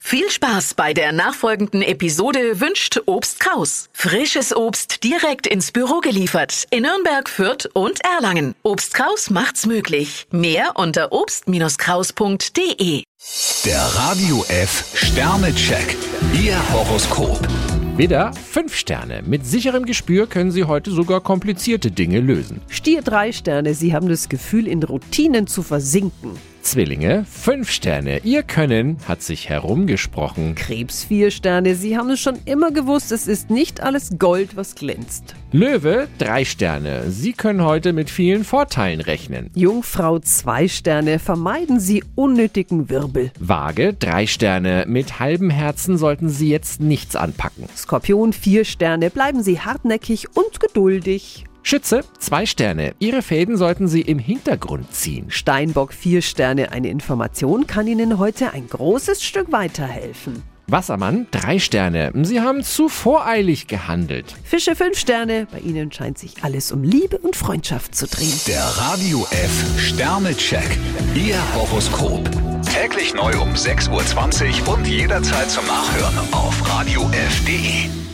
Viel Spaß bei der nachfolgenden Episode wünscht Obst Kraus. Frisches Obst direkt ins Büro geliefert in Nürnberg, Fürth und Erlangen. Obst Kraus macht's möglich. Mehr unter obst-kraus.de. Der Radio F Sternecheck. Ihr Horoskop. Widder, 5 Sterne. Mit sicherem Gespür können Sie heute sogar komplizierte Dinge lösen. Stier drei Sterne, Sie haben das Gefühl, in Routinen zu versinken. Zwillinge, 5 Sterne. Ihr Können hat sich herumgesprochen. Krebs vier Sterne, Sie haben es schon immer gewusst, es ist nicht alles Gold, was glänzt. Löwe, 3 Sterne. Sie können heute mit vielen Vorteilen rechnen. Jungfrau zwei Sterne, vermeiden Sie unnötigen Wirbel. Waage, 3 Sterne. Mit halbem Herzen sollten Sie jetzt nichts anpacken. Skorpion vier Sterne, bleiben Sie hartnäckig und geduldig. Schütze, 2 Sterne. Ihre Fäden sollten Sie im Hintergrund ziehen. Steinbock vier Sterne, eine Information kann Ihnen heute ein großes Stück weiterhelfen. Wassermann, 3 Sterne. Sie haben zu voreilig gehandelt. Fische fünf Sterne, bei Ihnen scheint sich alles um Liebe und Freundschaft zu drehen. Der Radio F Sternecheck. Ihr Horoskop. Täglich neu um 6.20 Uhr und jederzeit zum Nachhören auf Radio radiof.de.